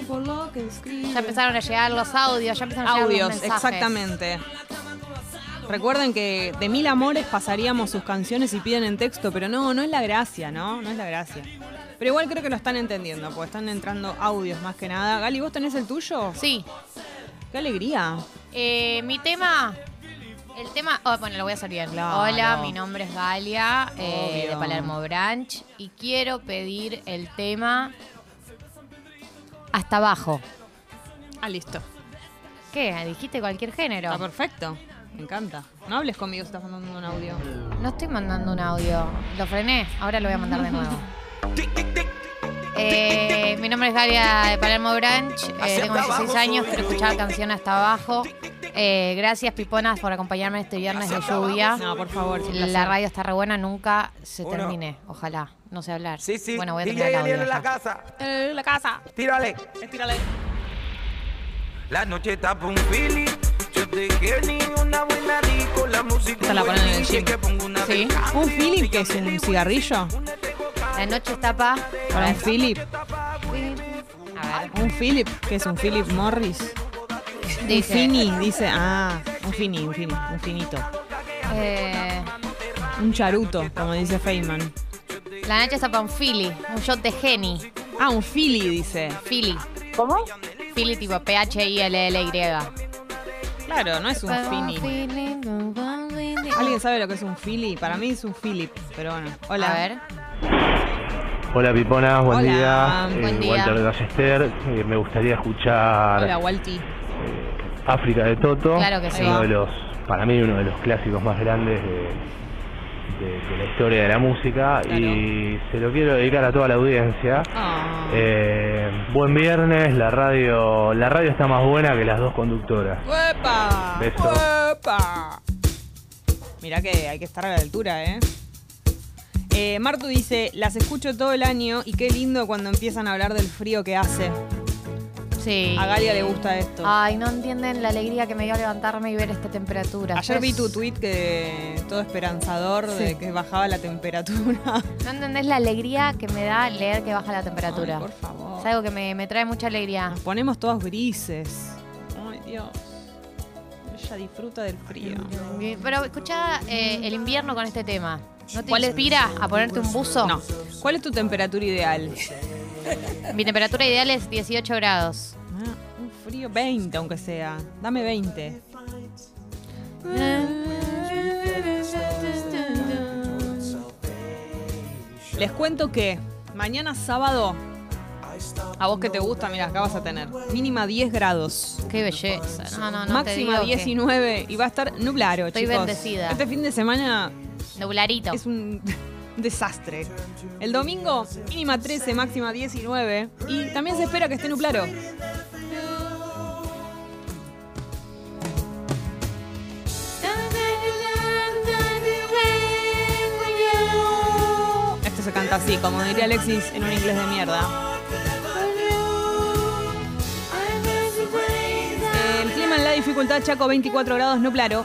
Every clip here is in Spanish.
y por lo que escribe. Ya empezaron a llegar los audios, ya empezaron a llegar los Audios, mensajes. exactamente. Recuerden que de mil amores pasaríamos sus canciones y piden en texto, pero no, no es la gracia, ¿no? No es la gracia. Pero igual creo que lo están entendiendo, porque están entrando audios más que nada. Gali, ¿vos tenés el tuyo? Sí. ¡Qué alegría! Eh, mi tema. El tema. oh, bueno, lo voy a hacer bien. Claro. Hola, mi nombre es Galia, eh, Obvio. de Palermo Branch, y quiero pedir el tema. Hasta abajo. Ah, listo. ¿Qué? Dijiste cualquier género. Está perfecto. Me encanta. No hables conmigo si estás mandando un audio. No estoy mandando un audio. Lo frené, ahora lo voy a mandar de nuevo. Eh, mi nombre es Galia de Palermo Branch, eh, tengo 26 años, quiero escuchar la canción hasta abajo. Eh, gracias, Piponas, por acompañarme este viernes de lluvia. No, por favor, es un placer. La radio está re buena, nunca se Uno. termine, ojalá. No sé hablar. Sí, sí. Bueno, voy a DJ terminar el audio Eliel en ya. la casa. Eh, la casa. Tírale. Estírale. La noche está pa' un fili. Yo te quiero ni una buena disco. La música. Esta la un ponen en buen el DJ, gym. que pongo una Sí. ventana. ¿Un Philip que es un cigarrillo? La noche está pa... ¿Para un Philip? A ver, ¿Un Philip que es un Philip Morris? dice, Un Fini, dice. Ah, un Fini, un Fini, un finito. eh, Un charuto, como dice Feynman. la noche está pa' un Philly, un shot de Geni. Ah, un Philly, dice. Philly. ¿Cómo? Philly tipo P-H-I-L-L-Y. Claro, no es un Fini. ¿Alguien sabe lo que es un Philly? Para mí es un Philip, pero bueno. Hola. A ver. Hola Piponas, buen Hola, día. Eh, buen día. Walter de Ballester. Eh, me gustaría escuchar Hola, Walti. África de Toto. Claro que sí. Uno de los, para mí, uno de los clásicos más grandes de, de- de la historia de la música. Claro. Y se lo quiero dedicar a toda la audiencia. Ah. Eh, buen viernes, la radio, la radio está más buena que las dos conductoras. ¡Uepa! Beso. ¡Uepa! Mirá que hay que estar a la altura, ¿eh? Eh, Martu dice, las escucho todo el año y qué lindo cuando empiezan a hablar del frío que hace. Sí. A Galia le gusta esto. Ay, no entienden la alegría que me dio levantarme y ver esta temperatura. Ayer vi Es- tu tweet que todo esperanzador de que bajaba la temperatura. No entendés la alegría que me da leer que baja la Ay, temperatura. por favor. es algo que me, me trae mucha alegría. Nos ponemos todos grises. Ay, Dios. Ella disfruta del frío. Pero escuchá eh, el invierno con este tema. ¿No te inspira a ponerte un buzo? No. ¿Cuál es tu temperatura ideal? Mi temperatura ideal es 18 grados. Ah, un frío 20, aunque sea. Dame 20. Les cuento que mañana sábado, a vos que te gusta, mira, acá vas a tener mínima 10 grados, Qué belleza. No, no, no. te máxima digo que- 19 y va a estar nublado, Estoy chicos. bendecida. Este fin de semana Nublarito. es un desastre. El domingo, mínima 13, máxima 19 y también se espera que esté nublado. Esto se canta así, como diría Alexis en un inglés de mierda. El clima en la dificultad, Chaco, 24 grados, no claro.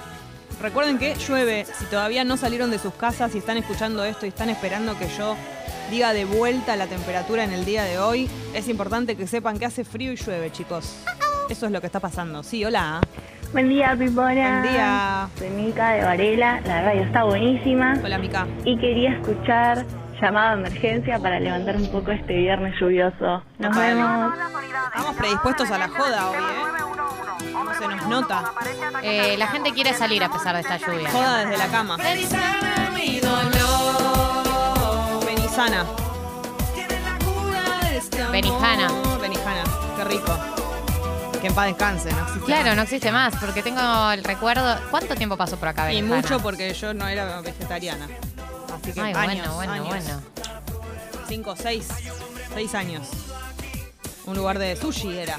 Recuerden que llueve. Si todavía no salieron de sus casas y están escuchando esto y están esperando que yo diga de vuelta la temperatura en el día de hoy, es importante que sepan que hace frío y llueve, chicos. Eso es lo que está pasando. Sí, hola. Buen día, Pipona. Buen día. Soy Mica de Varela. La radio está buenísima. Hola, Mica. Y quería escuchar llamada de emergencia para levantar un poco este viernes lluvioso. Nos Bueno. vemos. Estamos predispuestos a la joda hoy, ¿eh? No se nos nota. Eh, la gente quiere salir a pesar de esta lluvia. Joda desde la cama. Benizana. Benijana. Benijana. Qué rico. Que en paz descanse, ¿no? existe Claro, no existe más, porque tengo el recuerdo. ¿Cuánto tiempo pasó por acá, Y Benjana? mucho porque yo no era vegetariana. Así que Ay, años, bueno, bueno, años. bueno. Cinco, seis. Seis años. Un lugar de sushi era.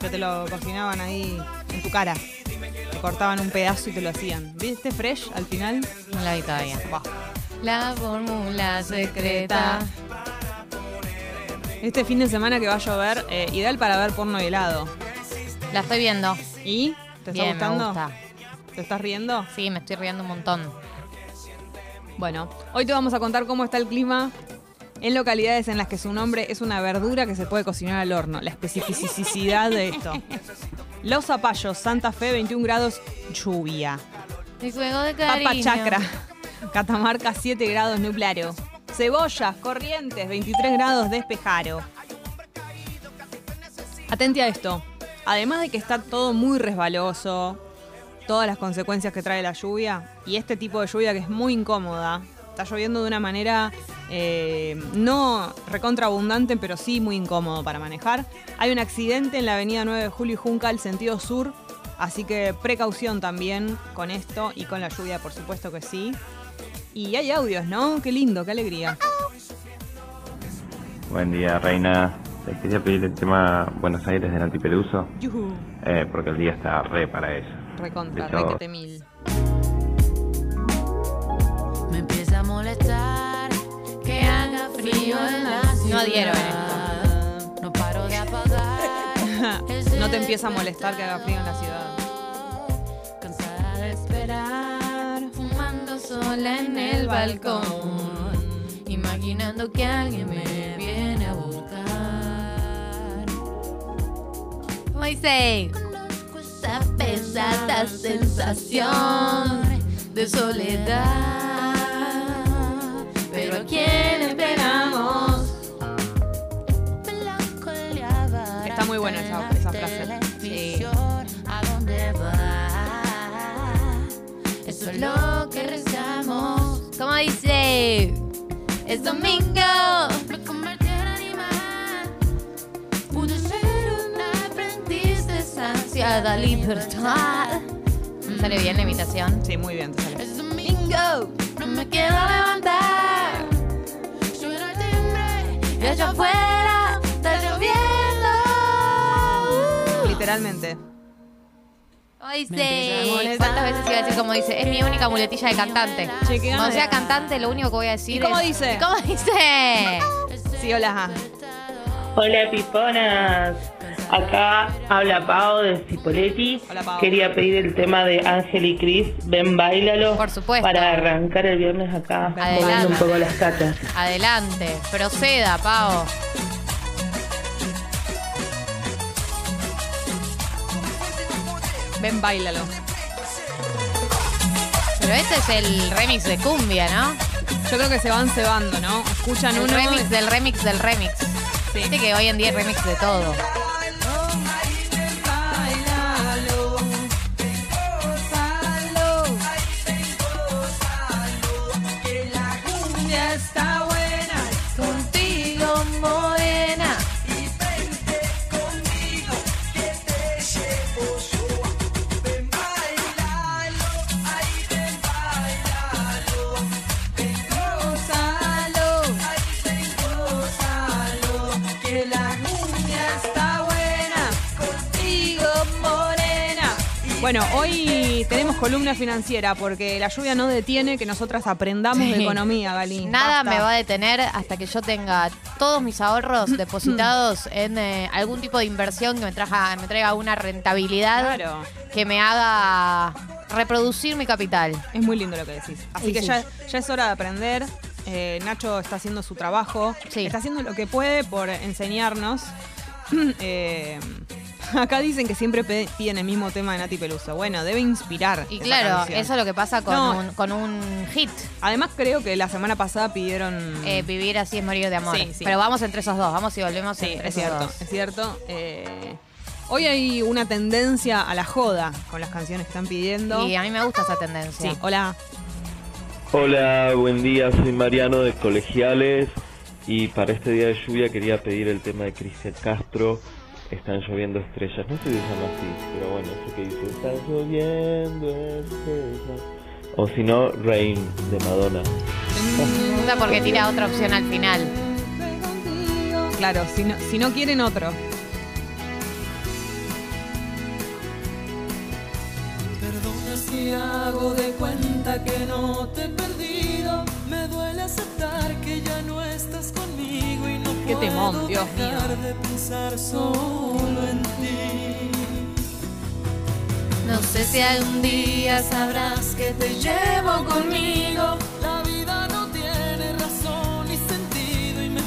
Que te lo cocinaban ahí en tu cara. Te cortaban un pedazo y te lo hacían. ¿Viste fresh al final? No la vi todavía. Buah. La fórmula secreta. Este fin de semana que va a llover, eh, ideal para ver porno y helado. La estoy viendo. ¿Y? ¿Te está Bien, me gustando? gusta. ¿Te estás riendo? Sí, me estoy riendo un montón. Bueno, hoy te vamos a contar cómo está el clima en localidades en las que su nombre es una verdura que se puede cocinar al horno. La especificidad de esto. Los zapallos, Santa Fe, 21 grados, lluvia. El juego de cariño. Papa Chacra, Catamarca, 7 grados, nublaro. Cebollas, Corrientes, 23 grados, despejaro. Atente a esto. Además de que está todo muy resbaloso, todas las consecuencias que trae la lluvia y este tipo de lluvia que es muy incómoda. Está lloviendo de una manera eh, no recontraabundante, pero sí muy incómodo para manejar. Hay un accidente en la avenida 9 de Julio y Junca, al sentido sur, así que precaución también con esto y con la lluvia, por supuesto que sí. Y hay audios, ¿no? Qué lindo, qué alegría. Buen día, Reina. Te quería pedir el tema Buenos Aires de Nati Peluso, Yujú. eh, porque el día está re para eso. Recontra, De hecho, requete mil. Me empieza a molestar que haga frío en la No ciudad. adhiero en No paro de apagar. No te empieza a molestar que haga frío en la ciudad. Cansada de esperar. Fumando sola en el balcón. Imaginando que alguien me viene a buscar. ¿Cómo dice? Conozco esa pesada sensación de soledad. Pero a quién esperamos? Está muy buena esa- esa frase. ¿A dónde va? Eso es lo que rezamos. ¿Cómo dice? Es domingo. Me convertí en animal. Pude ser un aprendiz de esa ansiada libertad. Sale bien la imitación. Sí, muy bien, te sale. Es domingo, no me quiero levantar. Suena el timbre y allá afuera está Uh. lloviendo. Literalmente. ¿Cómo dice? ¿Cuántas veces iba a decir como dice? Es mi única muletilla de cantante. Che, qué ganas Cuando sea de- cantante, lo único que voy a decir ¿Y cómo es- dice? ¿Y ¿Cómo dice? Sí, hola. ah, ajá. Hola piponas, acá habla Pau de Cipoletti. Hola, Pau. Quería pedir el tema de Ángel y Cris, ven bailalo. Por supuesto. Para arrancar el viernes acá, Adelante. moviendo un poco las cachas. Adelante. Proceda, Pau. Ven, bailalo. Pero este es el remix de cumbia, ¿no? Yo creo que se van cebando, ¿no? Escuchan El uno. remix del remix del remix. Sí. Viste que hoy en día hay remix de todo. Bailalo, gózalo. Que la cumbia está buena. Contigo, morena. Gózalo. Gózalo. Que la cumbia está buena. Contigo, morena. Bueno, hoy tenemos columna financiera porque la lluvia no detiene que nosotras aprendamos de Sí. economía, Galí. Nada Basta. me va a detener hasta que yo tenga todos mis ahorros depositados en eh, algún tipo de inversión que me, traja, me traiga una rentabilidad Claro. que me haga reproducir mi capital. Es muy lindo lo que decís. Así Sí, que sí. Ya, ya es hora de aprender. Eh, Nacho está haciendo su trabajo. Sí. Está haciendo lo que puede por enseñarnos. Eh, acá dicen que siempre pe- piden el mismo tema de Nati Peluso. Bueno, debe inspirar. Y esa claro, canción. eso es lo que pasa con, No. un, con un hit. Además, creo que la semana pasada pidieron. Eh, vivir así es morir de amor. Mm. Sí, sí. Pero vamos entre esos dos, vamos y volvemos sí, entre es esos cierto, dos. es cierto. Eh, hoy hay una tendencia a la joda con las canciones que están pidiendo. Y a mí me gusta esa tendencia. sí, hola. Hola, buen día, soy Mariano de Colegiales y para este día de lluvia quería pedir el tema de Cristian Castro. Están lloviendo estrellas, no se llama así, pero bueno, eso que dice, están lloviendo estrellas. O si no, Rain de Madonna. Me gusta porque tira otra opción al final. Claro, si no, si no quieren otro. Perdona si hago de cuenta que no te he perdido. Me duele aceptar que ya no estás conmigo y no Qué puedo temón, Dios dejar de pensar solo en ti. No sé si algún día sabrás que te llevo conmigo. La vida no tiene razón ni sentido y me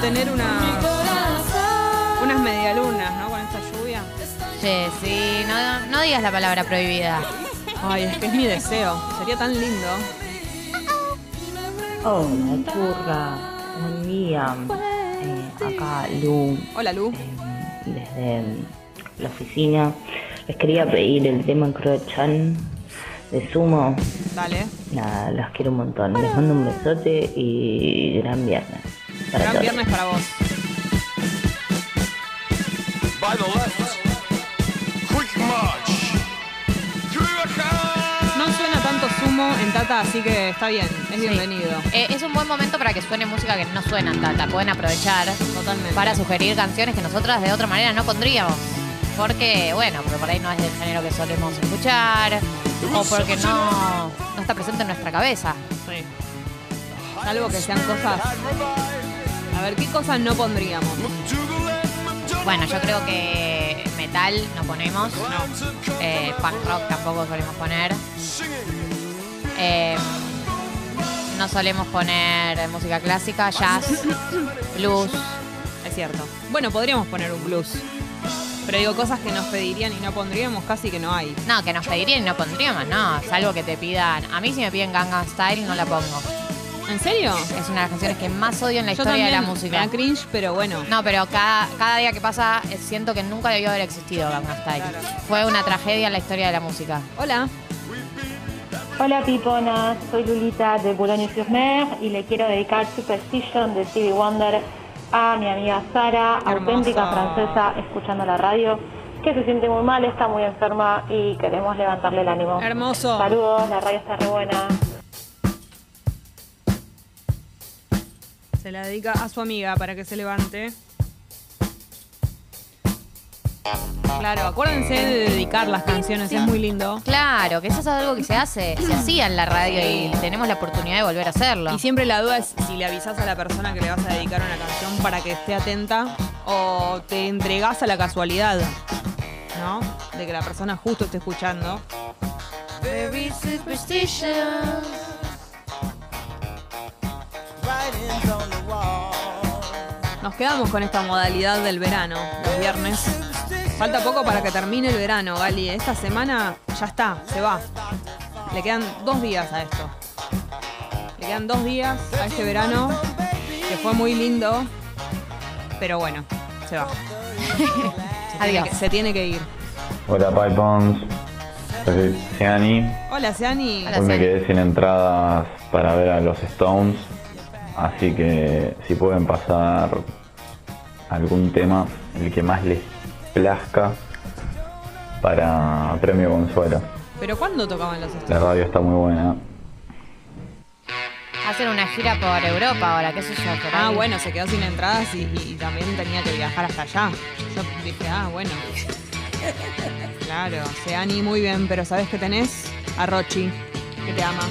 tener una, unas medialunas, ¿no? Con esta lluvia. Che, sí, no, no digas la palabra prohibida. Ay, es que es mi deseo. Sería tan lindo. Hola, churra. Buen día. Eh, acá Lu Hola, Lu. desde la oficina. Les quería pedir el tema Crochan de Sumo. Dale. Nada, los quiero un montón. Les mando un besote y gran viernes. Para Gran todos. viernes para vos. By the left. Quick march. Through a car. No suena tanto sumo en Tata, así que está bien. Es bienvenido. Eh, es un buen momento para que suene música que no suena tanta. Pueden aprovechar Totalmente. para sugerir canciones que nosotras de otra manera no pondríamos. Porque, bueno, porque por ahí no es del género que solemos escuchar. O porque no, no está presente en nuestra cabeza. Sí. Salvo que sean cosas. A ver, ¿qué cosas no pondríamos? Bueno, yo creo que metal no ponemos. Eh, punk rock tampoco solemos poner. Eh, no solemos poner música clásica, jazz, blues. Es cierto. Bueno, podríamos poner un blues. Pero digo, cosas que nos pedirían y no pondríamos, casi que no hay. No, que nos pedirían y no pondríamos, no. Salvo que te pidan. A mí si me piden Gangnam Style no la pongo. ¿En serio? Es una de las canciones que más odio en la Yo historia de la también música. me da cringe, pero bueno. No, pero cada, cada día que pasa eh, siento que nunca debió haber existido Gangnam Style. Fue una tragedia en la historia de la música. Hola. Hola Piponas, soy Lulita de Boulogne-sur-Mer y le quiero dedicar Superstition de TV Wonder a mi amiga Sara, auténtica francesa, escuchando la radio, que se siente muy mal, está muy enferma y queremos levantarle el ánimo. Hermoso. Saludos, la radio está re buena. Se la dedica a su amiga para que se levante. Claro, acuérdense de dedicar las canciones, es muy lindo. Claro, que eso es algo que se hace, se hacía en la radio y tenemos la oportunidad de volver a hacerlo. Y siempre la duda es si le avisas a la persona que le vas a dedicar una canción para que esté atenta o te entregas a la casualidad, ¿no? De que la persona justo esté escuchando. Very superstitious. Nos quedamos con esta modalidad del verano, los viernes. Falta poco para que termine el verano, Gali. Esta semana ya está, se va. Le quedan dos días a esto. Le quedan dos días a este verano, que fue muy lindo, pero bueno, se va. Se tiene Adiós. que- se tiene que ir. Hola Pipons, soy Gianni. Hola, Seani. Hoy me quedé sin entradas para ver a los Stones, así que si pueden pasar algún tema, el que más les plazca, para Premio Consuelo. ¿Pero cuándo tocaban los Stones? La radio está muy buena. Hacen una gira por Europa ahora, qué sé yo. por Ah, ahí. bueno, se quedó sin entradas y, y- y también tenía que viajar hasta allá. Yo dije, ah, bueno. Claro, Seani, muy bien, pero ¿sabes qué tenés? A Rochi, que te ama.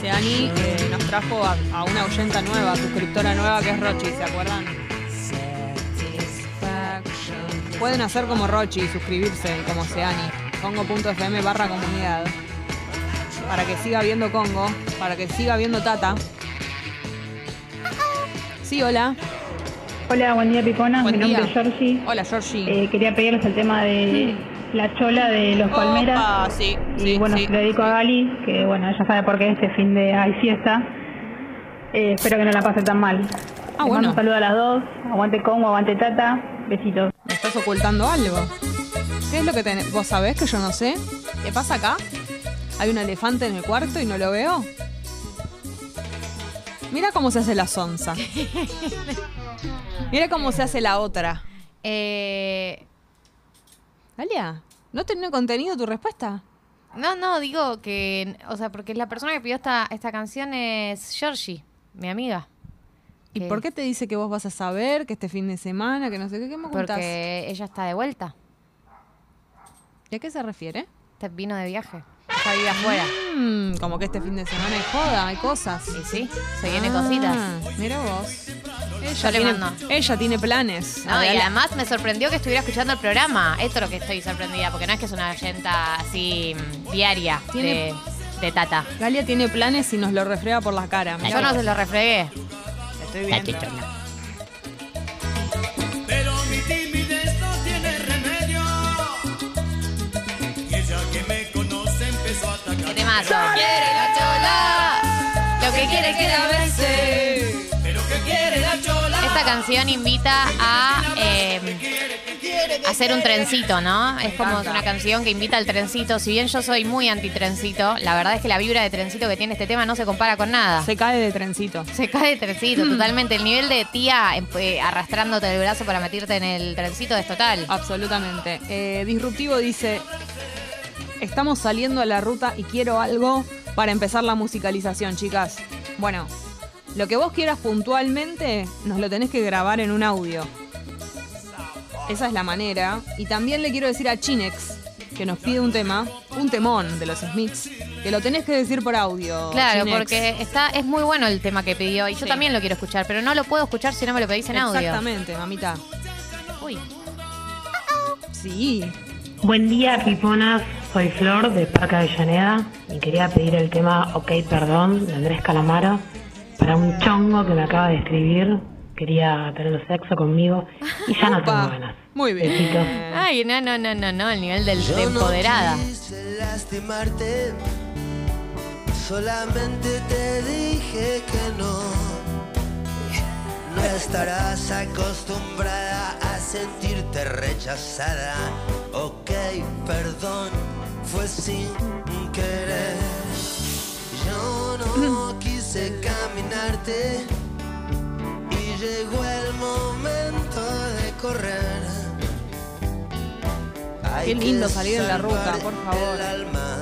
Seani eh, nos trajo a, a una oyenta nueva, suscriptora nueva, que es Rochi, ¿se acuerdan? Pueden hacer como Rochi y suscribirse como Seani. Congo.fm barra comunidad. Para que siga viendo Congo, para que siga viendo Tata. Sí, hola. Hola, buen día Pipona, Buen mi día. nombre es Georgie. Hola, Georgie. Eh, quería pedirles el tema de La Chola de los Palmeras. Hmm. Opa, sí, sí, y bueno, sí. se lo dedico a Gali, que bueno, ella sabe por qué este fin de hay fiesta. Eh, espero que no la pase tan mal. Ah, Les bueno. mando un saludo a las dos. Aguante Congo, aguante Tata. Besitos. ¿Me estás ocultando algo? ¿Qué es lo que tenés? ¿Vos sabés que yo no sé? ¿Qué pasa acá? ¿Hay un elefante en el cuarto y no lo veo? Mira cómo se hace la sonza. Mira cómo se hace la otra. Eh, Galia, ¿no tenés contenido tu respuesta? no, no, digo que, o sea, porque la persona que pidió esta, esta canción es Georgie, mi amiga. ¿Y Eh, por qué te dice que vos vas a saber que este fin de semana, que no sé qué, qué me contás? Porque ella está de vuelta. ¿Y a qué se refiere? Te vino de viaje. Está vive afuera. Mm, como que este fin de semana hay joda, hay cosas. Ah, Y sí, se vienen Este, cositas. Mira vos. Yo le tiene, mando. ella tiene planes. No, y además me sorprendió que estuviera escuchando el programa. Esto es lo que estoy sorprendida, porque no es que es una oyenta así mm, diaria. Tiene- de- de Tata. Galia tiene planes y nos lo refrega por la cara. Yo no se lo refregué. Estoy viendo. Pero mi timidez no tiene remedio. Y ella que me conoce empezó a atacar. ¿Qué temazo? Quiere la chola. Lo que quiere queda verse. Pero que quiere la chola. Esta canción invita a eh, hacer un trencito, ¿no? Es como una canción que invita al trencito. Si bien yo soy muy anti-trencito, la verdad es que la vibra de trencito que tiene este tema no se compara con nada. Se cae de trencito. Se cae de trencito, totalmente. El nivel de tía eh, arrastrándote el brazo para meterte en el trencito es total. Absolutamente. Eh, Disruptivo dice, estamos saliendo a la ruta y quiero algo para empezar la musicalización, chicas. Bueno, lo que vos quieras puntualmente, nos lo tenés que grabar en un audio. Esa es la manera. Y también le quiero decir a Chinex, que nos pide un tema, un temón de los Smiths, que lo tenés que decir por audio. Claro, Chinex. porque está, es muy bueno el tema que pidió y yo Sí. también lo quiero escuchar, pero no lo puedo escuchar si no me lo pedís en audio. Exactamente, mamita. Uy. Sí. Buen día, Piponas. Soy Flor de Parque Avellaneda y quería pedir el tema Ok, perdón de Andrés Calamaro para un chongo que me acaba de escribir. Quería tener sexo conmigo y ya no tengo ganas. Muy bien. Ay, no, no, no, no, no, el nivel del, Yo de no empoderada. quise lastimarte, solamente te dije que no. No estarás acostumbrada a sentirte rechazada. Ok, perdón, fue sin querer. Yo no quise caminarte y llegó el momento de correr. Hay Qué lindo que salir en la ruta, salvar por favor. el alma.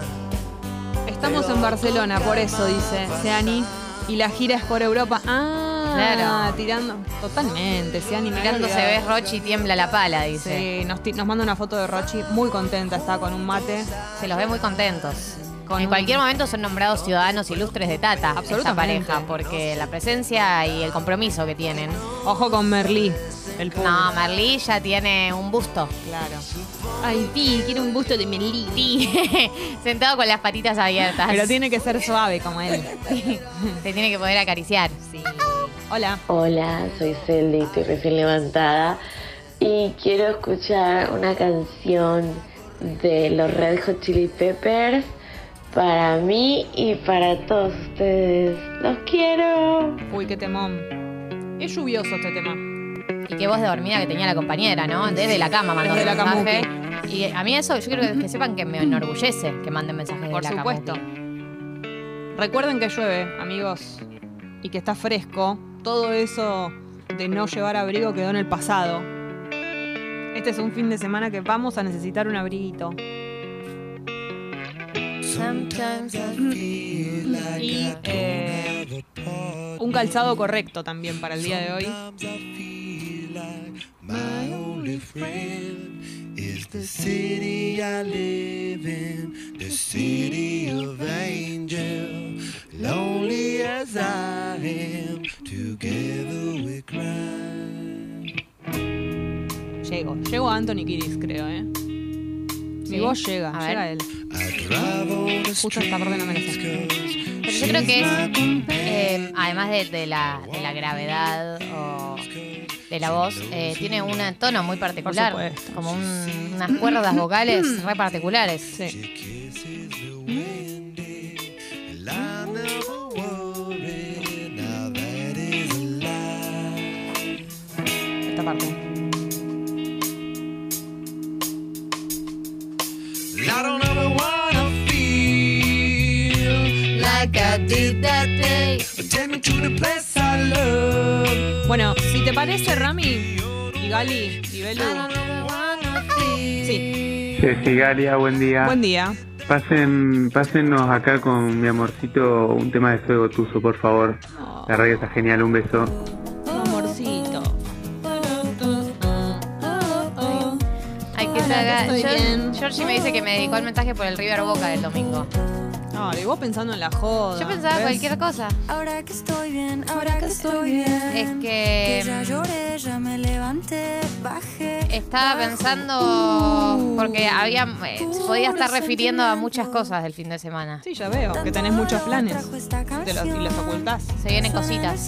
Estamos en Barcelona, por eso dice Seani. Y la gira es por Europa. Ah, Claro. tirando. Totalmente, Seani. Mirando se ve Rochi tiembla la pala, dice. Sí, nos, ti- nos manda una foto de Rochi muy contenta, está con un mate. Se los ve muy contentos. Con en un- cualquier momento son nombrados ciudadanos ilustres de Tata, esta Absolutamente. pareja, porque la presencia y el compromiso que tienen. Ojo con Merlí. El No, Marlí ya tiene un busto. Claro. Ay, Pi, quiere un busto de Merlí. Sentado con las patitas abiertas. Pero tiene que ser suave como él. Se tiene que poder acariciar. Sí. Hola. Hola, soy Celdi, estoy recién levantada y quiero escuchar una canción de los Red Hot Chili Peppers para mí y para todos ustedes. Los quiero. Uy, qué temón. Es lluvioso este tema. Y qué voz de dormida que tenía la compañera, ¿no? Desde la cama mandó Desde la mensaje. Y a mí eso, yo quiero que, que sepan que me enorgullece que manden mensajes desde Por la supuesto. Camupi. Recuerden que llueve, amigos, y que está fresco. Todo eso de no llevar abrigo quedó en el pasado. Este es un fin de semana que vamos a necesitar un abriguito. Mm. Y eh, un calzado correcto también para el día de hoy. My only friend is the city I live in, the city of angel. Lonely as I am, together we cry. Llego. Llego a Anthony Kiris, creo, ¿eh? Mi Sí. voz llega, A llega ver. él. Justo esta parte no me la sé. Pero yo creo que es, eh, además de, de la, de la gravedad o de la voz, eh, tiene un tono muy particular. Como un- unas cuerdas vocales re particulares. Esta parte. I don't ever wanna feel like I did that day. Take me to the place I love. Bueno, si te parece, Rami y Gali y Belu. Sí. Ceci Galia, buen día. Buen día. Pasen, pásennos acá con mi amorcito un tema de fuego tuzo, por favor. La radio está genial, un beso. Oh. Amorcito. Ay, que Hola, saga. estoy Yo- bien. Georgie me dice que me dedicó el mensaje por el River Boca del domingo. No, y vos pensando en la joda. Yo pensaba ¿ves? cualquier cosa. Ahora que estoy bien, ahora que estoy bien. Es Que ya que mm, lloré, ya me levanté, bajé. Ah, estaba pensando porque había eh, podía estar refiriendo a muchas cosas del fin de semana. Sí, ya veo que tenés muchos planes. Te los- y los ocultás. Se vienen cositas.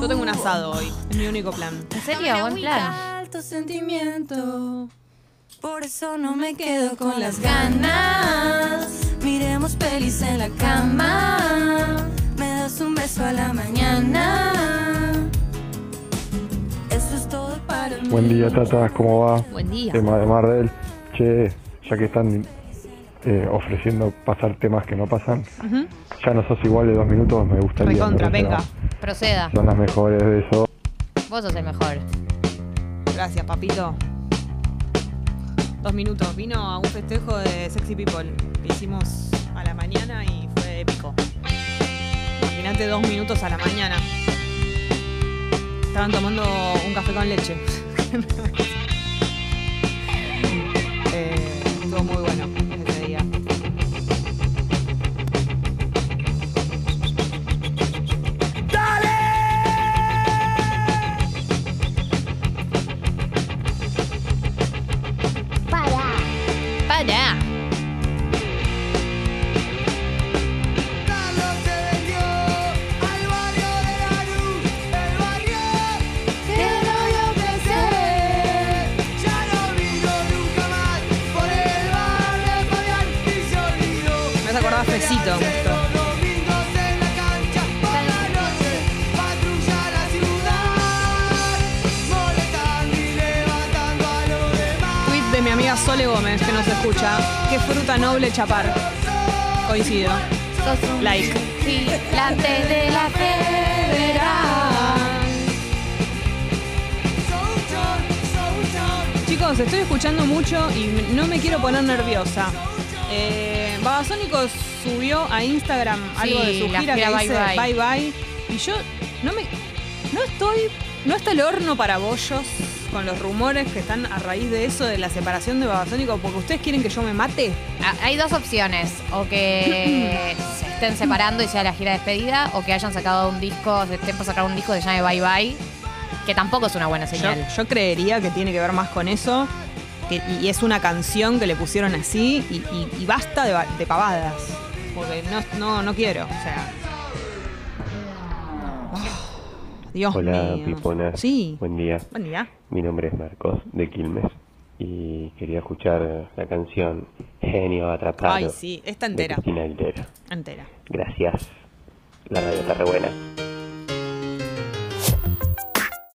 Yo tengo un asado hoy. Es mi único plan. ¿En serio? Buen plan. Alto sentimiento. Por eso no me quedo con las ganas. Miremos pelis en la cama. Me das un beso a la mañana. Eso es todo para mí. Buen día, Tata, ¿cómo va? Buen día. Tema de Mar del. Che, ya que están eh, ofreciendo pasar temas que no pasan, Ujú. ya no sos igual de dos minutos, me gustaría. Recontra, me venga. parece, Proceda. no, Son las mejores de eso. Vos sos el mejor. Gracias, papito. Dos minutos. Vino a un festejo de Sexy People que hicimos a la mañana y fue épico. Imagínate dos minutos a la mañana. Estaban tomando un café con leche. Eh, estuvo muy bueno ese día. Para. Para. Que no yo pensé, ya no vino nunca más por el barrio Fabián y se olvidó. Me hace acordar a Fresito, justo. Domingos en la cancha por la noche, patrulla la ciudad, molestando y levantando a los demás. Tweet de mi amiga Sole Gómez que nos escucha. Qué fruta noble chapar. Coincido. Like. Gigante de la federal. Chicos, estoy escuchando mucho y m- no me quiero poner nerviosa. Eh, Babasónicos subió a Instagram algo Sí, de su la gira que gira Bye dice bye bye. Bye. Y yo no me. No estoy. No está el horno para bollos con los rumores que están a raíz de eso, de la separación de Babasónicos, porque ustedes quieren que yo me mate. Ah, Hay dos opciones, o que se estén separando y sea la gira de despedida, o que hayan sacado un disco, se estén por sacar un disco que se llame Bye Bye, que tampoco es una buena Yo, señal. yo creería que tiene que ver más con eso. que- y es una canción que le pusieron así y, y- y basta de, ba- de pavadas. Porque no, no, no quiero. O sea. Oh, Dios Hola, mío. Piponas. Sí. Buen día. Buen día. Mi nombre es Marcos, de Quilmes. Y quería escuchar la canción Genio Atrapado. Ay, sí, esta de entera. Cristina Aguilera. Entera. Gracias. La radio está re buena.